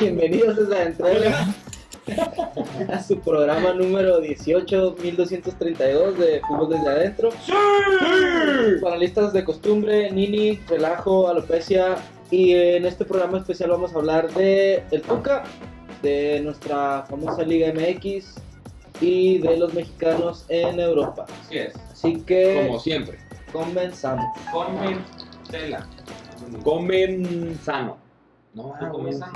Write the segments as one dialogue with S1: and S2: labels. S1: Bienvenidos a esta entrega a su programa número 18, 1232 de Fútbol desde adentro. Panelistas de costumbre, Nini, Relajo, Alopecia. Y en este programa especial vamos a hablar de el Tuca, de nuestra famosa Liga MX y de los mexicanos en Europa.
S2: Así es,
S1: Así que
S2: como siempre.
S1: comenzamos.
S2: Comen tela.
S3: Comen sano. No, ah,
S2: Tú comes sano.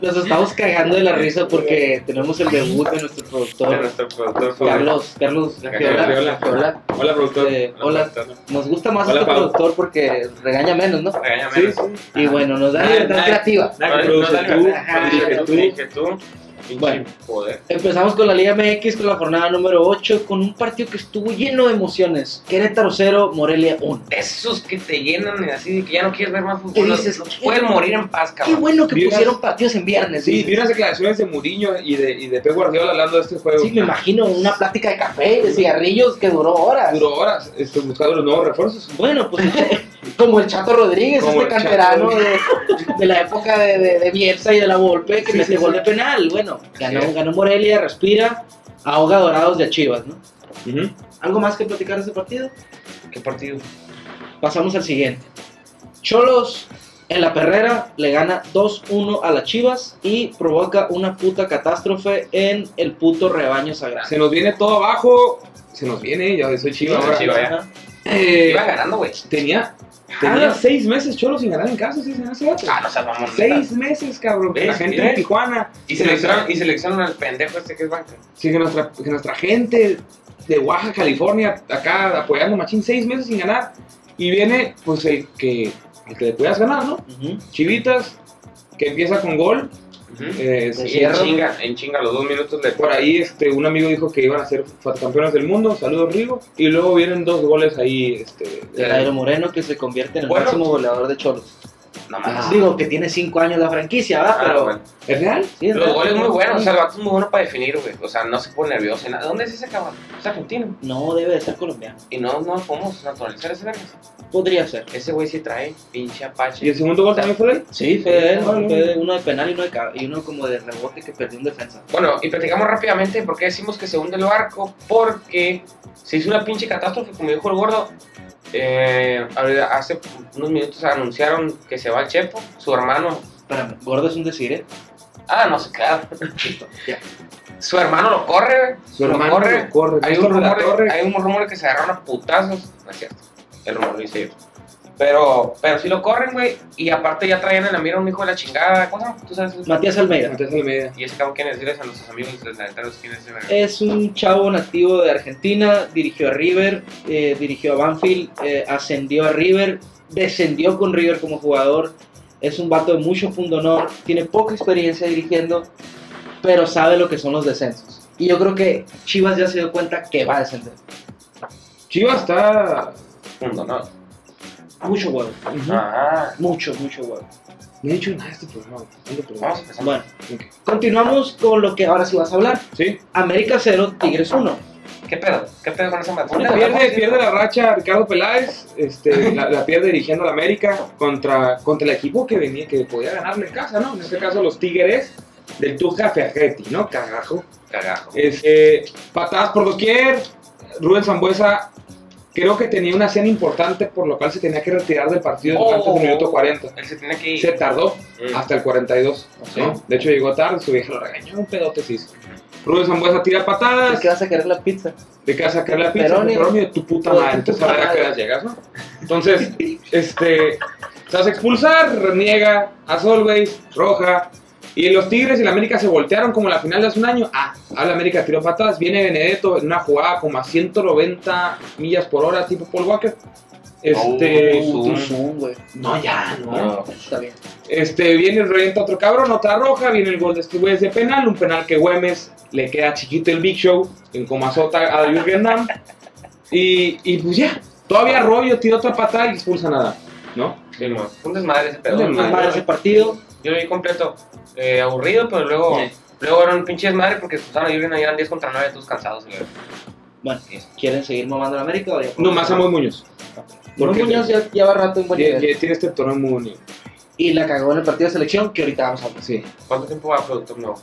S1: Nos estamos cagando de la risa porque tenemos el debut de nuestro
S4: De
S1: productor.
S4: nuestro productor favorito.
S1: Carlos, Carlos
S4: Gafiola.
S1: Gafiola. Gafiola.
S4: Hola, productor.
S1: Eh, hola.
S4: productor.
S1: Nos gusta más
S4: Hola,
S1: este
S4: Pau.
S1: productor porque regaña menos, ¿no?
S4: Regáñame.
S3: Sí,
S4: Ahora,
S1: Y bueno, nos da
S4: Ah,
S1: libertad
S4: nice.
S1: creativa.
S4: No,
S3: produce
S4: dale,
S3: tú,
S4: ajá,
S1: dirige
S4: tú,
S1: tú.
S4: dirige tú.
S1: Bueno.
S4: Pinche poder.
S1: Empezamos con la Liga MX con la jornada número 8 con un partido que estuvo lleno de emociones. Querétaro 0, Morelia 1.
S5: de esos que te llenan y así de que ya no quieres ver más
S1: ¿Qué
S5: fútbol.
S1: dices?
S5: Los- los
S1: ¿Qué?
S5: pueden morir en paz,
S1: Qué
S5: cabrón.
S1: bueno que
S3: Digas-
S1: pusieron partidos en viernes.
S3: Sí, vi
S1: dices.
S3: unas declaraciones de Mourinho y de, y de Pep Guardiola hablando de este juego.
S1: Sí, me imagino una plática de café y de cigarrillos que duró horas.
S3: Duró horas este, buscando los nuevos refuerzos.
S1: Bueno, pues como el Chato Rodríguez,
S3: Como
S1: este
S3: el Chato
S1: canterano de, de la época de, de, de Bielsa y de la Volpe, que
S3: Sí,
S1: metió
S3: sí,
S1: gol
S3: sí.
S1: de penal. Bueno, ganó,
S3: es.
S1: ganó Morelia, respira, ahoga dorados de Chivas, ¿no?
S3: Ujú.
S1: ¿Algo más que platicar de ese partido?
S5: ¿Qué partido?
S1: Pasamos al siguiente. Cholos en la perrera le gana 2-1 a las Chivas y provoca una puta catástrofe en el puto rebaño sagrado.
S3: Se nos viene todo abajo. Se nos viene, ya soy chiva
S4: Sí,
S3: ahora.
S4: Chiva.
S1: Ajá.
S3: Eh,
S5: Iba ganando, güey.
S3: tenía tenía
S5: Tenía-
S3: seis meses Cholo sin ganar en casa, sí, sin ganar ese vato.
S5: Ah, no, o sea, vamos.
S3: Seis meses, cabrón. que La
S5: ¿Ves?
S3: gente
S5: ¿Ves?
S3: en Tijuana.
S5: Y
S3: que nuestra-
S5: seleccionaron, y seleccionaron al pendejo este que es banca.
S3: Sí, que nuestra, que nuestra gente de Oaxaca, California, acá apoyando Machín, seis meses sin ganar. Y viene, pues, el que, el que le puedas ganar, ¿no?
S1: Ujú.
S3: Chivitas, que empieza con gol. eh,
S1: Sí,
S4: Y en
S3: cierra.
S4: chinga, en chinga, los dos minutos le
S3: Por ahí este, un amigo dijo que iban a ser campeones del mundo. Saludos, Rigo. Y luego vienen dos goles ahí. Este, de-
S1: El Aero Moreno que se convierte en el
S5: Bueno.
S1: máximo goleador de Cholos.
S5: No mames.
S1: Ah, Digo que tiene 5 años la franquicia, ¿verdad?
S4: Ah,
S1: Pero
S4: bueno.
S3: ¿Es real?
S1: sí, es
S5: Los
S1: verdad.
S5: goles muy buenos, o sea, el vato es muy bueno para definir, güey. O sea, no se pone nervioso ni nada. ¿Dónde es ese cabrón? Es argentino.
S1: No, debe de ser colombiano.
S5: Y no, no podemos naturalizar ese verga.
S1: Podría ser.
S5: Ese güey sí trae, pinche
S3: ¿Y el
S5: apache.
S3: segundo gol también fue de él?
S1: Sí, fue de él,
S3: Ah, no.
S1: fue de uno de penal y uno, de ca- y uno como de rebote que perdió un defensa.
S5: Bueno, y platicamos rápidamente por qué decimos que se hunde el barco. Porque se hizo una pinche catástrofe, como dijo el gordo. Eh, ahorita- hace unos minutos anunciaron que se va el Chepo, su hermano.
S1: Espérame, gordo es un decir, ¿eh?
S5: Ah, no sé, claro.
S1: Listo, ya.
S5: Su hermano lo corre, güey.
S3: Su
S5: Lo
S3: hermano
S5: corre.
S3: lo corre.
S5: Hay
S3: Néstor
S5: un,
S3: de la
S5: rumor de,
S3: Torre.
S5: hay un rumor de que se agarraron a putazos. No es cierto. El rumor lo hice yo. Pero, pero sí lo corren, güey. Y aparte ya traían en la mira a un hijo de la chingada. ¿Cómo se llama? ¿Tú sabes?
S1: Matías Almeida.
S3: Matías Almeida.
S5: Y ese cabrón, ¿quién es? Diles a nuestros amigos de delanteros quién es ese, verga.
S3: Eh,
S1: Es un chavo nativo de Argentina, dirigió a River, eh, dirigió a Banfield, eh, ascendió a River, descendió con River como jugador. Es un vato de mucho fundonor, tiene poca experiencia dirigiendo, pero sabe lo que son los descensos. Y yo creo que Chivas ya se dio cuenta que va a descender.
S3: Chivas está.
S5: Mundo, ¿no?
S1: Mucho huevo,
S3: Ujú.
S5: Ah,
S1: mucho, mucho huevo.
S3: No he dicho nada de este programa. tanto programa.
S5: vamos a empezar.
S1: Bueno,
S3: Ok.
S1: continuamos con lo que ahora sí vas a hablar.
S3: Sí.
S1: América 0, Tigres 1.
S5: ¿Qué pedo? ¿Qué pedo con esa madre?
S3: Pierde, pierde la racha Ricardo Peláez, este, la, la pierde dirigiendo a la América contra, contra el equipo que venía, que podía ganarle en casa, ¿no? En este caso los Tigres del Tuca Ferretti, ¿no? Carajo.
S5: Cagajo.
S3: Este, patadas por doquier. Rubén Zambuesa creo que tenía una cena importante, por lo cual se tenía que retirar del partido
S5: Oh.
S3: antes del minuto 40.
S5: Él se tiene que ir.
S3: Se tardó
S5: Mm.
S3: hasta el 42. ¿no? De hecho, llegó tarde, su vieja lo regañó, un pedote se hizo. Rubén Zambuesa tira patadas.
S1: ¿Qué vas a querer la pizza?
S3: de que vas a sacar la pizza,
S1: Pepperoni.
S3: pepperoni, de tu puta
S1: Pues,
S3: madre.
S1: tu
S3: Entonces
S1: puta
S3: a ver a qué
S1: madre.
S3: hora llegas, ¿no? Entonces, este, se hace expulsar, reniega a Solveig, roja, Y los Tigres y la América se voltearon como la final de hace un año. Ah, ahora la América tiró patadas. Viene Benedetto en una jugada como a 190 millas por hora, tipo Paul Walker. Este.
S5: Oh,
S1: Tu Zoom, güey.
S3: no, ya, no.
S5: Ah,
S4: No.
S1: Está bien.
S3: Este, viene el revienta otro cabrón, otra roja, viene el gol de este güey de penal, un penal que Güemes le queda chiquito el Big Show, en como azota a Jürgen Damm. Y, y pues ya, todavía Rollo tira otra patada y expulsa nada, ¿no?
S5: Sí, no, un desmadre ese pedo.
S3: Un desmadre.
S5: Yo
S1: Para
S5: lo
S1: ese
S5: vi-
S1: partido,
S5: Yo lo vi completo. eh, aburrido, pero luego,
S1: Sí.
S5: luego era un pinche desmadre porque pues, Susana y Jürgen ahí eran 10 contra 9, todos cansados. güey.
S1: bueno, ¿quieren seguir mamando a la América? o ya?
S3: Nomás a Moy Muñoz.
S1: Muy
S3: Porque
S1: Muñoz ya lleva rato en buen
S3: lle-
S1: nivel.
S3: lle- tiene este torneo muy unido.
S1: Y la cagó en el partido de selección, que ahorita vamos a hablar.
S3: Sí,
S5: ¿Cuánto tiempo va productor nuevo?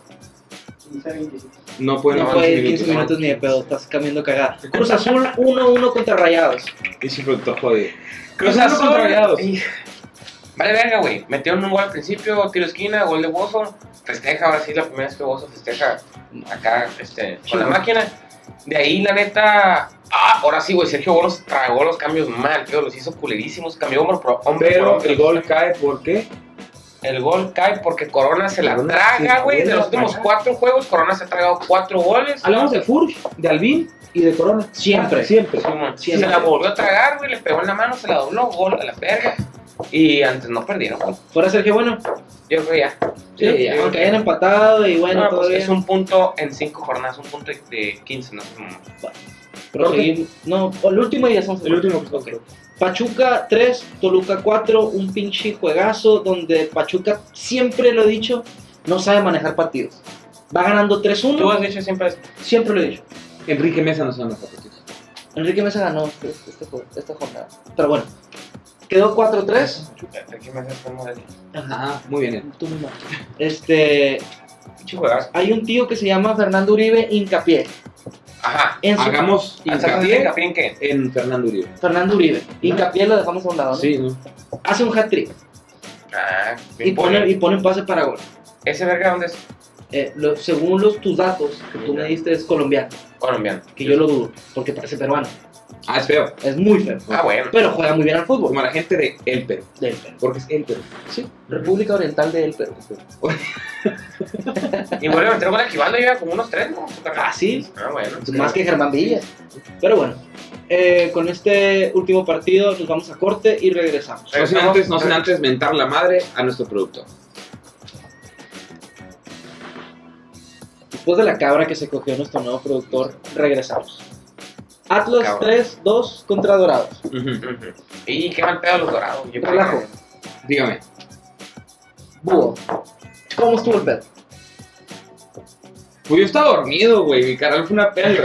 S2: 15, 25.
S3: no puede
S1: no
S3: no,
S1: fue 15 minutos ni de pedo, estás cambiando cagada. Cruz Azul 1-1 contra Rayados.
S3: Ese producto jodido.
S5: Cruz
S3: Cruz Azul
S5: Azul.
S3: contra Rayados.
S5: Sí. Vale, verga, güey. Metieron un gol al principio, tiro esquina, gol de Bozo. Festeja, ahora sí, la primera vez que Bozo festeja acá este, con la máquina. De ahí, la neta. Ah, ahora sí, güey. Sergio Boros tragó los cambios mal, tío. Los hizo culerísimos. Cambió hombro por hombre. por
S3: Pero
S5: hombre.
S3: el gol cae porque
S5: El gol cae porque Corona se la
S3: Corona se
S5: traga,
S3: la
S5: güey. De
S3: vuelve
S5: los
S3: a
S5: últimos
S3: tragar.
S5: cuatro juegos, Corona se ha tragado cuatro goles.
S3: hablamos de Furch, de Albín y de Corona.
S1: Siempre.
S3: Siempre.
S5: Sí, se la volvió a tragar, güey. Le pegó en la mano, se la dobló, gol a la verga. Y antes no perdieron, güey.
S1: Fuera Sergio Bueno,
S5: Yo creo que ya.
S1: sí,
S5: Sí, ya.
S1: aunque hayan empatado y bueno,
S3: Ah,
S5: No,
S1: todo
S5: pues
S1: bien.
S5: es un punto en 5 jornadas, un punto de 15, ¿no? Mm.
S1: Pero
S3: Jorge.
S1: seguimos- No, el último y ya estamos.
S3: El último que
S1: Ok. Pachuca 3, Toluca 4, un pinche juegazo donde Pachuca, siempre lo he dicho, no sabe manejar partidos. Va ganando
S5: Tú
S1: 3-1,
S5: has dicho siempre eso.
S1: siempre lo he dicho.
S3: Enrique Mesa no son los zapatos.
S1: Enrique Mesa ganó este- este jue- esta jornada. Pero bueno, quedó 4-3.
S5: Aquí me haces como de
S1: Ajá,
S3: Ah, muy bien.
S1: tú mismo. Este,
S5: pinche juegazo.
S1: hay un tío que se llama Fernando Uribe Incapié.
S5: Ajá.
S1: En su-
S3: Hagamos
S5: ¿Hincapié?
S3: hincapié
S5: ¿Hincapié en qué?
S3: en Fernando Uribe.
S1: Fernando Uribe. Incapié lo dejamos a un lado. ¿no?
S3: Sí, ¿no?
S1: Hace un hat-trick
S5: Ah,
S1: y
S5: bien
S1: pone,
S5: pone.
S1: y pone un pase para gol.
S5: ¿Ese verga dónde es?
S1: Eh, lo- según los, tus datos que tú
S5: Mira.
S1: me diste, es colombiano.
S5: Colombiano.
S1: Que yo lo dudo, porque parece peruano.
S3: Ah, es feo.
S1: Es muy feo.
S5: Ah, bueno.
S1: Pero juega muy bien al fútbol.
S3: Como la gente de El Perú.
S1: Del Perú.
S3: Porque es El Perú.
S1: Sí, República Oriental del Perú.
S5: Y bueno, entró con la Equivaldo, lleva como unos 3, ¿no?
S1: Ah, sí.
S5: Ah, bueno.
S1: Más que Germán Villa. Pero bueno, eh, con este último partido nos vamos a corte y regresamos.
S3: No sin, antes, no sin antes mentar la madre a nuestro producto.
S1: Después de la cabra que se cogió nuestro nuevo productor, regresamos. Atlas
S5: Cabra.
S1: 3-2 contra Dorados.
S3: Ujú.
S5: Ujú. Y qué mal pedo los dorados. Yo creo
S1: Relajo.
S5: que-
S3: Dígame.
S1: Búho. ¿Cómo estuvo el pedo?
S3: Pues yo estaba dormido, güey. Mi canal fue una perra.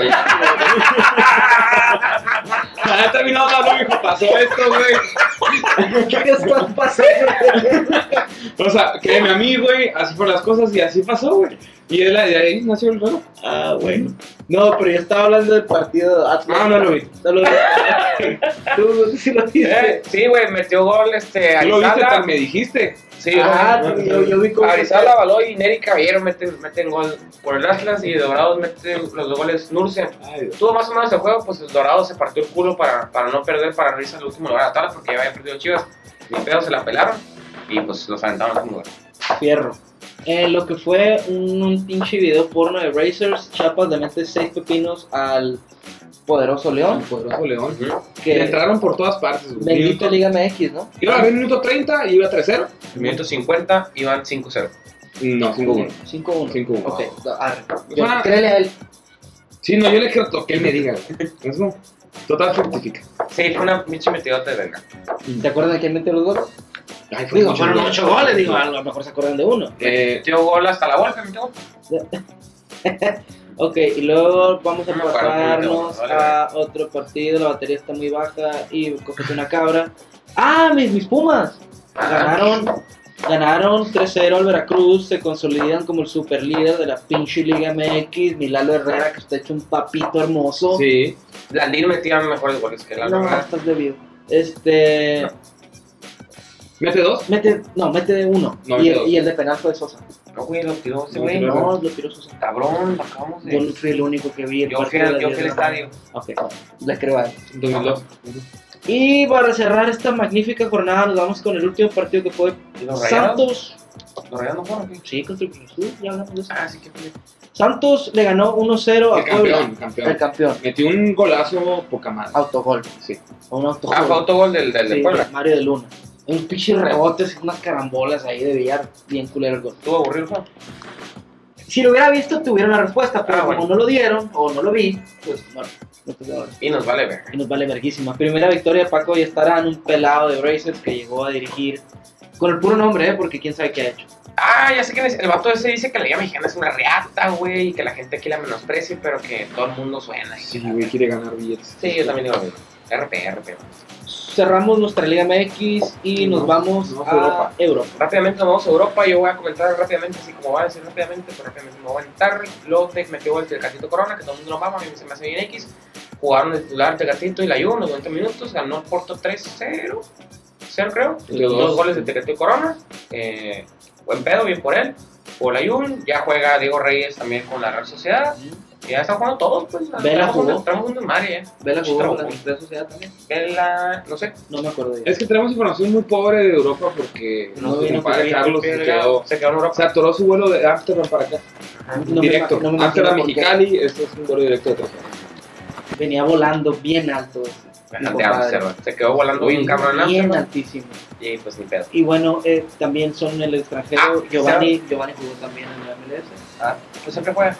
S3: La neta vino hablando, hijo. Pasó esto, güey.
S1: ¿Qué está
S3: O sea, créeme a mí, güey. Así fueron las cosas y así pasó, güey. Y de, la- de ahí nació el juego.
S1: Ah, bueno. No, pero yo estaba hablando del partido de Atlas.
S3: Ah, no lo vi.
S1: No lo vi. Tú sí lo viste.
S5: Eh, Sí, güey, metió gol este,
S3: Tú lo viste, tal
S5: Arizala.
S3: me dijiste.
S5: Sí,
S1: ah,
S5: güey.
S1: tú- yo, yo vi cómo.
S5: Arizala, Baló y Neri Caballero meten, meten gol por el Atlas y Dorados meten los dos goles Nurse.
S3: Ay, Dios.
S5: Tuvo más o menos el juego, pues el Dorado se partió el culo para, para no perder para reírse al último lugar a la tabla porque ya había perdido Chivas. Y pedo se la pelaron y pues los aventaron al último lugar.
S1: Fierro. Eh, lo que fue un, un pinche video porno de Racers, Chapas le mete seis pepinos al poderoso León.
S3: Poderoso León. Le
S1: Que
S3: entraron por todas partes. güey.
S1: bendito
S3: Minuto-
S1: Liga MX, ¿no?
S3: Iba a ver minuto 30 y iba a 3-0.
S5: En minuto 50 iban 5-0.
S3: No, 5-1.
S1: 5-1.
S3: 5-1.
S1: Ok, arre.
S3: Yo-
S1: Yo- Créele a él.
S3: eh, Sí, no, yo le quiero to- que él me diga. güey. Eso, total fructifica.
S5: Sí, fue una pinche metidota de verga.
S1: ¿Te acuerdas de quién metió los goles?
S3: Ay, fue
S1: Digo,
S3: mucho
S1: fueron
S3: gol.
S1: ocho goles, digo, a lo mejor se acuerdan de uno.
S3: Eh,
S5: Metió gol hasta la vuelta, metió gol.
S1: Ok, y luego vamos a
S5: No me acuerdo,
S1: pasarnos
S5: ahorita,
S1: a
S5: ahorita.
S1: otro partido. La batería está muy baja y cogete una cabra. ¡Ah, mis, mis pumas! Ganaron, ganaron 3-0 al Veracruz. Se consolidan como el super líder de la pinche Liga MX. Milalo Herrera, que está hecho un papito hermoso.
S3: sí.
S5: Blandín metía mejores goles que la
S1: no,
S5: verdad.
S1: estás debido. Este.
S3: Mete dos.
S1: Mete, no, mete uno.
S3: No,
S1: y,
S3: mete
S1: el,
S3: dos.
S1: y el de penal fue de Sosa.
S5: No, güey, lo tiró ese
S3: No,
S5: güey.
S3: tiró.
S1: No, lo tiró Sosa.
S5: Cabrón, lo acabamos
S1: Yo no
S5: de.
S1: fui el único que vi. el
S5: Yo fui
S1: partido
S5: al
S1: de
S5: yo
S1: la
S5: fui al
S1: Liga.
S5: estadio.
S1: Ok, la creo a él. Ah,
S3: 2002.
S1: Y para cerrar esta magnífica jornada, nos vamos con el último partido que fue
S5: ¿Y los rayados?
S1: Santos
S5: ¿Los Rayados no fueron? o qué?
S1: Sí, contra el Cruz Azul, ya hablamos de eso.
S5: Ah, sí, qué fue.
S1: Santos le ganó 1-0
S3: El
S1: a Puebla.
S3: campeón, campeón.
S1: El campeón.
S3: Metió un golazo poca madre.
S1: Autogol.
S3: Sí.
S1: Un autogol.
S5: Ah, fue autogol del, del, del
S1: Sí,
S5: Puebla.
S1: Mario de Luna. Un pinche rebote, así, unas carambolas ahí de billar, bien culero el gol.
S5: Estuvo aburrido, ¿no?
S1: Si lo hubiera visto, tuviera una respuesta, pero
S5: Ah,
S1: como
S5: bueno.
S1: no lo dieron o no lo vi, pues no, no pude ahora.
S5: Y nos vale ver.
S1: Y nos vale verguísima. Primera victoria de Paco y estarán un pelado de Braces que llegó a dirigir con el puro nombre, ¿eh? porque quién sabe qué ha hecho.
S5: Ah, ya sé quién es. El vato ese dice que la Liga Mexicana es una reata, güey, y que la gente aquí la menosprecia, pero que todo el mundo suena. y que-
S3: Sí, güey, quiere ganar billetes.
S5: Sí, yo también digo lo mismo. RP, RP.
S1: Cerramos nuestra Liga MX y nos
S5: No,
S1: vamos
S5: no,
S1: a Europa.
S5: Europa. Rápidamente nos vamos a Europa. Yo voy a comentar rápidamente, así como va a decir rápidamente, pero rápidamente me voy a comentar. Lotec metió el Tecatito Corona, que todo el mundo lo mama, a mí se me hace bien X. Jugaron el titular Tecatito y la Juve en los 90 minutos. Ganó el Porto 3-0. 0 creo.
S3: Entre
S5: dos.
S3: dos.
S5: goles de Tecatito Corona. Eh, buen pedo, bien por él. Por la Juve. Ya juega Diego Reyes también con la Real Sociedad. Y ya están jugando todos, pues.
S1: Vela
S5: Traemos un,
S1: jugó.
S5: traemos un desmadre, eh.
S1: Vela jugó
S5: Chitrao.
S1: con la Real Sociedad también.
S5: Vela, no sé.
S1: No me acuerdo bien.
S3: Es que tenemos información muy pobre de Europa porque
S1: No
S3: nuestro
S1: vino
S3: compadre
S1: Pepe
S3: Carlos se quedó.
S5: Se quedó en Europa.
S3: Se atoró su vuelo de Ámsterdam para acá.
S1: No me
S3: directo.
S1: imagino- no
S5: Ah,
S1: me
S3: Ámsterdam,
S1: imagino por qué.
S3: Mexicali, este es un vuelo directo de Toronto.
S1: Venía volando bien alto. ese.
S5: Bastante
S1: Compadre.
S5: Amsterdam. Se quedó volando bien, cabrón, en
S1: Bien
S5: Amsterdam.
S1: altísimo.
S5: Y pues ni pedo.
S1: Y bueno, eh, también son el extranjero.
S5: Ah,
S1: Giovanni, Giovanni jugó también en la MLS.
S5: Pues siempre juega.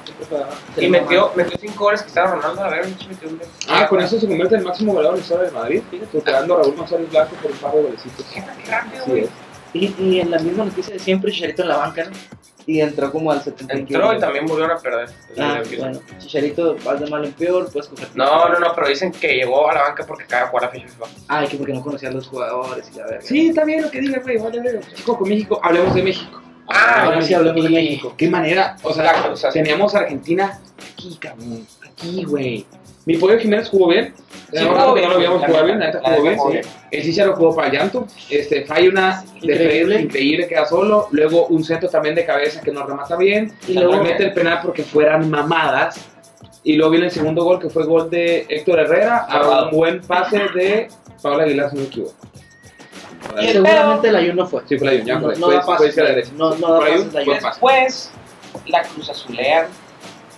S1: Se
S5: Y
S1: lo
S5: metió, metió cinco goles que estaba Ronaldo a la verga. metió un-
S3: Ah, con eso se convierte en el máximo goleador de la historia de Madrid. Fíjate, superando a Raúl González Blanco por un par de golecitos.
S5: Qué rápido,
S3: Sí,
S5: güey.
S3: es.
S1: Y, y en la misma noticia de siempre, Chicharito en la banca, ¿no? Y entró como al 70.
S5: Entró y también volvieron a perder.
S1: Ah, bueno, Chicharito, vas de mal en peor, puedes coger.
S5: No, no, no, pero dicen que llegó a la banca porque acaba de jugar a fecha FIFA.
S1: Ah, que porque no conocía a los jugadores y la verga.
S3: Sí, está bien lo que diga, güey. Vale, vale. Chico, con México, hablemos de México.
S5: Ah,
S1: ahora sí hablamos de
S5: y-
S1: México.
S3: Qué manera, o sea,
S5: Exacto, o sea,
S3: teníamos a Argentina aquí, cabrón. Aquí, güey. Mi pollo Jiménez jugó bien. La verdad
S5: jugó
S3: que
S5: bien,
S3: no lo habíamos
S5: la
S3: jugado
S5: neta,
S3: bien, la neta
S5: la
S3: jugó
S5: neta
S3: bien.
S5: jugó
S3: sí.
S5: bien.
S3: El Cícero jugó para el llanto. Este, falla una
S1: Increíble.
S3: increíble. increíble, queda solo. Luego un centro también de cabeza que nos remata bien.
S1: Y
S3: Y
S1: luego-
S3: luego mete el penal porque fueran mamadas. Y luego viene el segundo gol que fue gol de Héctor Herrera a un buen pase de Paola Aguilar, si no me equivoco.
S1: Y seguramente el ayuno fue.
S3: Sí, fue la Junior,
S1: No,
S3: fue,
S1: no
S3: fue,
S1: da
S3: fue
S1: pases.
S3: hacia la eh. derecha.
S1: No, no da
S3: Por ahí
S1: pases de
S3: un buen
S1: ayuno.
S3: pase.
S5: Después, la Cruz Azulean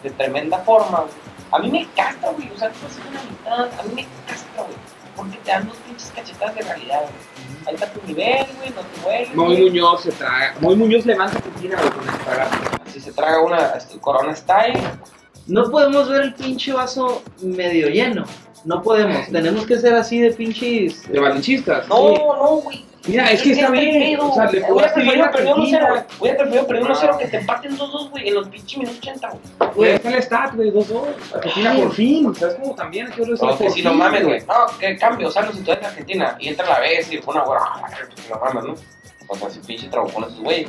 S5: de tremenda forma. güey. A mí me castra, güey. O sea, tú haces una mitad. A mí me castra, güey. Porque te dan dos pinches cachetadas de realidad, güey. Ahí está tu nivel, güey. No te vuelves.
S3: Moy
S5: güey.
S3: Muñoz se traga. Moy Muñoz levanta tu tira güey, con el traga.
S5: Si se traga una este, Corona Style.
S1: No podemos ver el pinche vaso medio lleno. No podemos. Tenemos que ser así de pinches.
S3: De balinchistas.
S5: No,
S1: Sí.
S5: no, güey.
S3: Mira, es que está
S5: Ese el
S3: bien.
S5: pedo.
S3: O sea, le
S5: Voy a
S3: jugaste bien
S5: preferir
S3: a
S5: perder 1-0,
S3: Argentina.
S5: güey. Voy a preferir perder 1-0
S3: Ah.
S5: que te empaten 2-2, güey, en los pinches minutos 80, güey.
S3: Güey, está el stat, güey, 2-2. Argentina
S1: Ay.
S3: por fin. ¿Sabes cómo también? Hay Pues que verlo
S5: No,
S3: por
S5: que si no
S3: fin,
S5: mames, güey. No, que cambio, o sea, no, si tú eres de Argentina y entra la vez y fue una güey, ah, que no mames, ¿no? O sea, si pinche trabucón esos güey.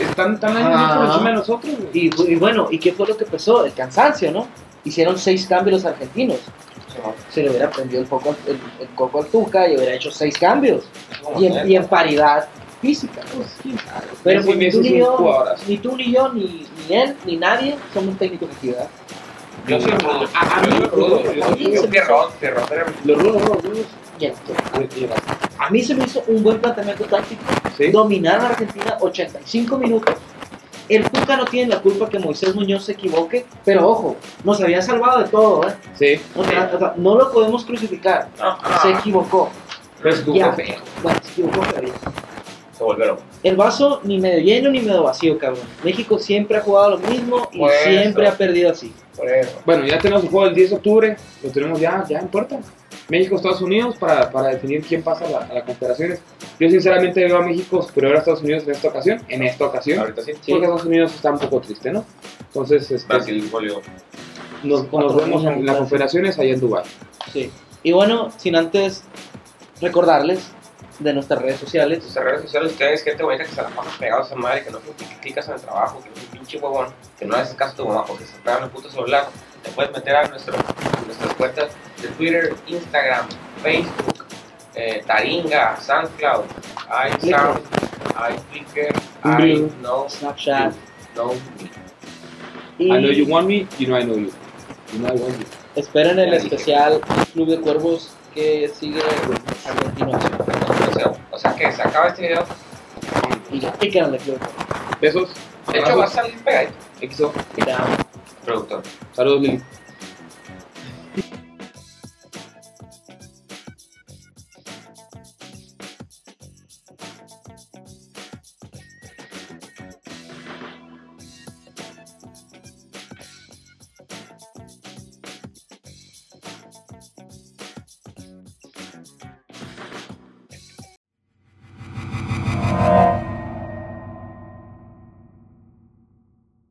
S3: Están tan años
S1: Ah.
S3: por encima de nosotros, güey.
S1: Y, y bueno, ¿y qué fue lo que pesó? El cansancio, ¿no? Hicieron seis cambios los argentinos. Se le hubiera prendido el, foco, al- el, el coco al Tuca y hubiera hecho seis cambios. Y en, y en paridad física. ¿no? Pero pues,
S3: Messi,
S1: ni
S3: Messi
S1: tú
S3: es
S1: ni
S3: un
S1: yo,
S3: jugadorazo.
S1: ni tú ni yo, ni, ni él, ni nadie somos técnicos de actividad.
S5: Yo soy rudo.
S3: A, a mí los rudos, güey, los
S1: Oye,
S3: rudos,
S1: se-
S5: Pierrot, Pierrot era mi-
S3: los rudos, los rudos.
S1: Y el Tuca.
S3: Y- y-
S1: A mí se me hizo un buen planteamiento táctico.
S3: Sí.
S1: Dominaron a Argentina 85 minutos. El Tuca no tiene la culpa que Moisés Muñoz se equivoque, pero ojo, nos habían salvado de todo, ¿eh?
S3: Sí.
S1: O sea, o sea, no lo podemos crucificar.
S5: Ah, ah,
S1: Se equivocó.
S3: Pero estuvo
S1: Ya.
S3: feo.
S1: Bueno, se equivocó, pero bien.
S5: Se volvieron.
S1: El vaso ni medio lleno ni medio vacío, cabrón. México siempre ha jugado lo mismo y
S5: Por
S3: Pues,
S5: eso.
S3: eh.
S1: siempre ha perdido así.
S5: Por eso.
S3: Bueno, ya tenemos el juego del 10 de octubre, lo tenemos ya, ya en puerta. México-Estados Unidos para, para definir quién pasa a la, a las confederaciones. Yo sinceramente veo a México superior a Estados Unidos en esta ocasión, en esta ocasión,
S4: Ahorita sí.
S3: porque Estados Unidos está un poco triste, ¿no? Entonces, este,
S4: Brasil goleó.
S3: nos, nos vemos en las confederaciones allá en Dubái.
S1: Sí. Y bueno, sin antes recordarles de nuestras redes sociales.
S5: Sus redes sociales, ustedes, gente bonita que se la pasan pegados a madre, que no criticas en el trabajo, que no es un pinche huevón, que no haces caso a tu mamá porque se pegan los putos celular. Te puedes meter a nuestro, nuestras cuentas de Twitter, Instagram, Facebook, eh, Taringa, SoundCloud, iSound, iSpeaker,
S3: Blue.
S5: iKnow,
S1: Snapchat.
S5: Know Me.
S1: Y
S3: I know you want me, you know I know you. You know I want you.
S1: esperen el
S5: Ya dije.
S1: especial Club de Cuervos que sigue a continuación.
S5: O sea, o sea que se acaba este video.
S1: Y ya píquenle Club de Cuervos.
S3: Besos.
S1: De hecho, va a
S3: abrazos,
S1: salir pegadito,
S3: XO.
S5: Ya.
S1: productor.
S3: Saludos, Lili.